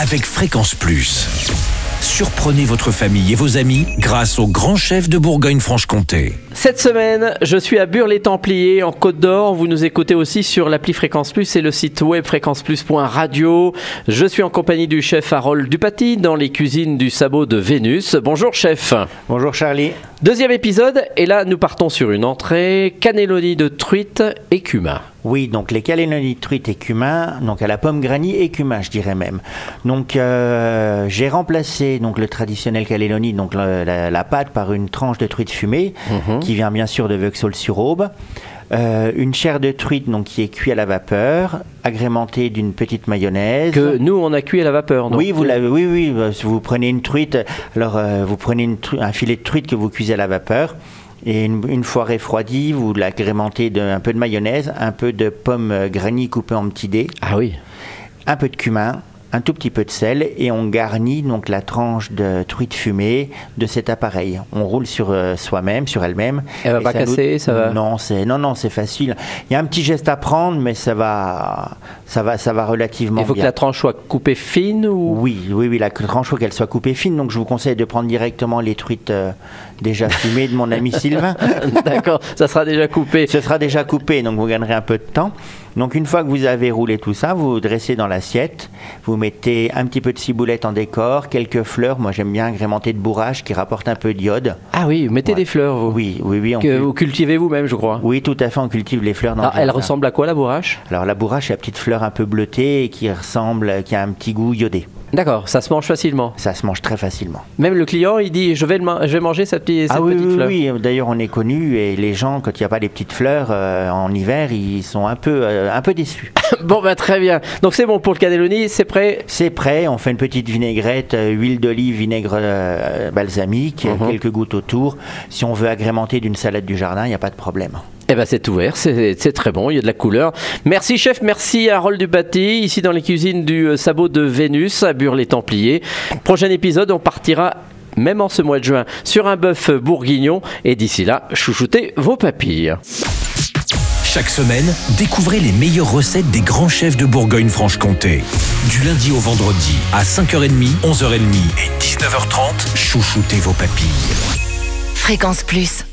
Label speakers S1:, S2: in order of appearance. S1: avec Fréquence Plus. Surprenez votre famille et vos amis grâce au grand chef de Bourgogne-Franche-Comté.
S2: Cette semaine, je suis à Bure-les-Templiers en Côte d'Or. Vous nous écoutez aussi sur l'appli Fréquence Plus et le site web fréquenceplus.radio. Je suis en compagnie du chef Harold Dupaty dans les cuisines du sabot de Vénus. Bonjour chef.
S3: Bonjour Charlie.
S2: Deuxième épisode et là nous partons sur une entrée cannelloni de truite et cumin.
S3: Oui, donc les cannellonis de truite et cumin, donc à la pomme granny et cumin, je dirais même. Donc euh, j'ai remplacé donc le traditionnel cannelloni, donc le- la, la pâte, par une tranche de truite fumée qui vient bien sûr de Vauxhall-sur-Aube. Euh, une chair de truite donc qui est cuite à la vapeur, agrémentée d'une petite mayonnaise.
S2: Que nous on a cuit à la vapeur. non
S3: Oui, vous l'avez. Oui, oui. euh, si Vous prenez une truite. Alors, euh, vous prenez une tru- un filet de truite que vous cuisez à la vapeur. Et une, une fois refroidie, vous l'agrémentez d'un peu de mayonnaise, un peu de pommes euh, granny coupées en petits dés,
S2: Ah oui.
S3: un peu de cumin, un tout petit peu de sel, et on garnit donc la tranche de truite fumée de cet appareil. On roule sur euh, soi-même, sur elle-même.
S2: Elle va
S3: et
S2: pas
S3: nous-
S2: casser, ça va
S3: Non, c'est non, non, c'est facile. Il y a un petit geste à prendre, mais ça va, ça va, ça va relativement
S2: Il faut que
S3: bien.
S2: la tranche soit coupée fine ou
S3: Oui, oui, oui, la tranche, faut qu'elle soit coupée fine, donc je vous conseille de prendre directement les truites euh, déjà fumées de mon ami Sylvain.
S2: D'accord, ça sera déjà coupé.
S3: Ce sera déjà coupé, donc vous gagnerez un peu de temps. Donc une fois que vous avez roulé tout ça, vous dressez dans l'assiette, vous mettez un petit peu de ciboulette en décor, quelques fleurs, moi j'aime bien agrémenter de bourrage qui rapporte un peu d'iode.
S2: Ah oui, mettez des fleurs vous.
S3: Oui, oui, oui, on
S2: Que
S3: cul-
S2: vous cultivez vous-même, je crois.
S3: oui, tout à fait, on cultive les fleurs dans
S2: Ah,
S3: le
S2: elle
S3: jardin.
S2: ressemble à quoi la bourrache
S3: Alors la bourrache, c'est la petite fleur un peu bleutée et qui ressemble, qui a un petit goût iodé.
S2: D'accord, ça se mange facilement.
S3: Ça se mange très facilement.
S2: Même le client, il dit je vais, le ma- je vais manger cette, petite- cette
S3: Ah oui,
S2: petite
S3: oui,
S2: fleur.
S3: oui. D'ailleurs, on est connu et les gens, quand il n'y a pas les petites fleurs euh, en hiver, ils sont un peu, euh, un peu déçus.
S2: bon, bah très bien. Donc c'est bon pour le cannelloni, c'est prêt.
S3: C'est prêt. On fait une petite vinaigrette, euh, huile d'olive, vinaigre euh, balsamique,
S2: Mhm.
S3: euh, quelques gouttes autour. Si on veut agrémenter d'une salade du jardin, il n'y a pas de problème.
S2: Eh ben c'est ouvert, c'est c'est très bon, il y a de la couleur. Merci chef, merci Harold Dupaty, ici dans les cuisines du euh, sabot de Vénus à Bure-les-Templiers. Prochain épisode, on partira même en ce mois de juin sur un bœuf bourguignon et d'ici là, chouchoutez vos papilles.
S1: Chaque semaine, découvrez les meilleures recettes des grands chefs de Bourgogne-Franche-Comté. Du lundi au vendredi, à 5h30, 11h30 et 19h30, chouchoutez vos papilles.
S4: Fréquence Plus.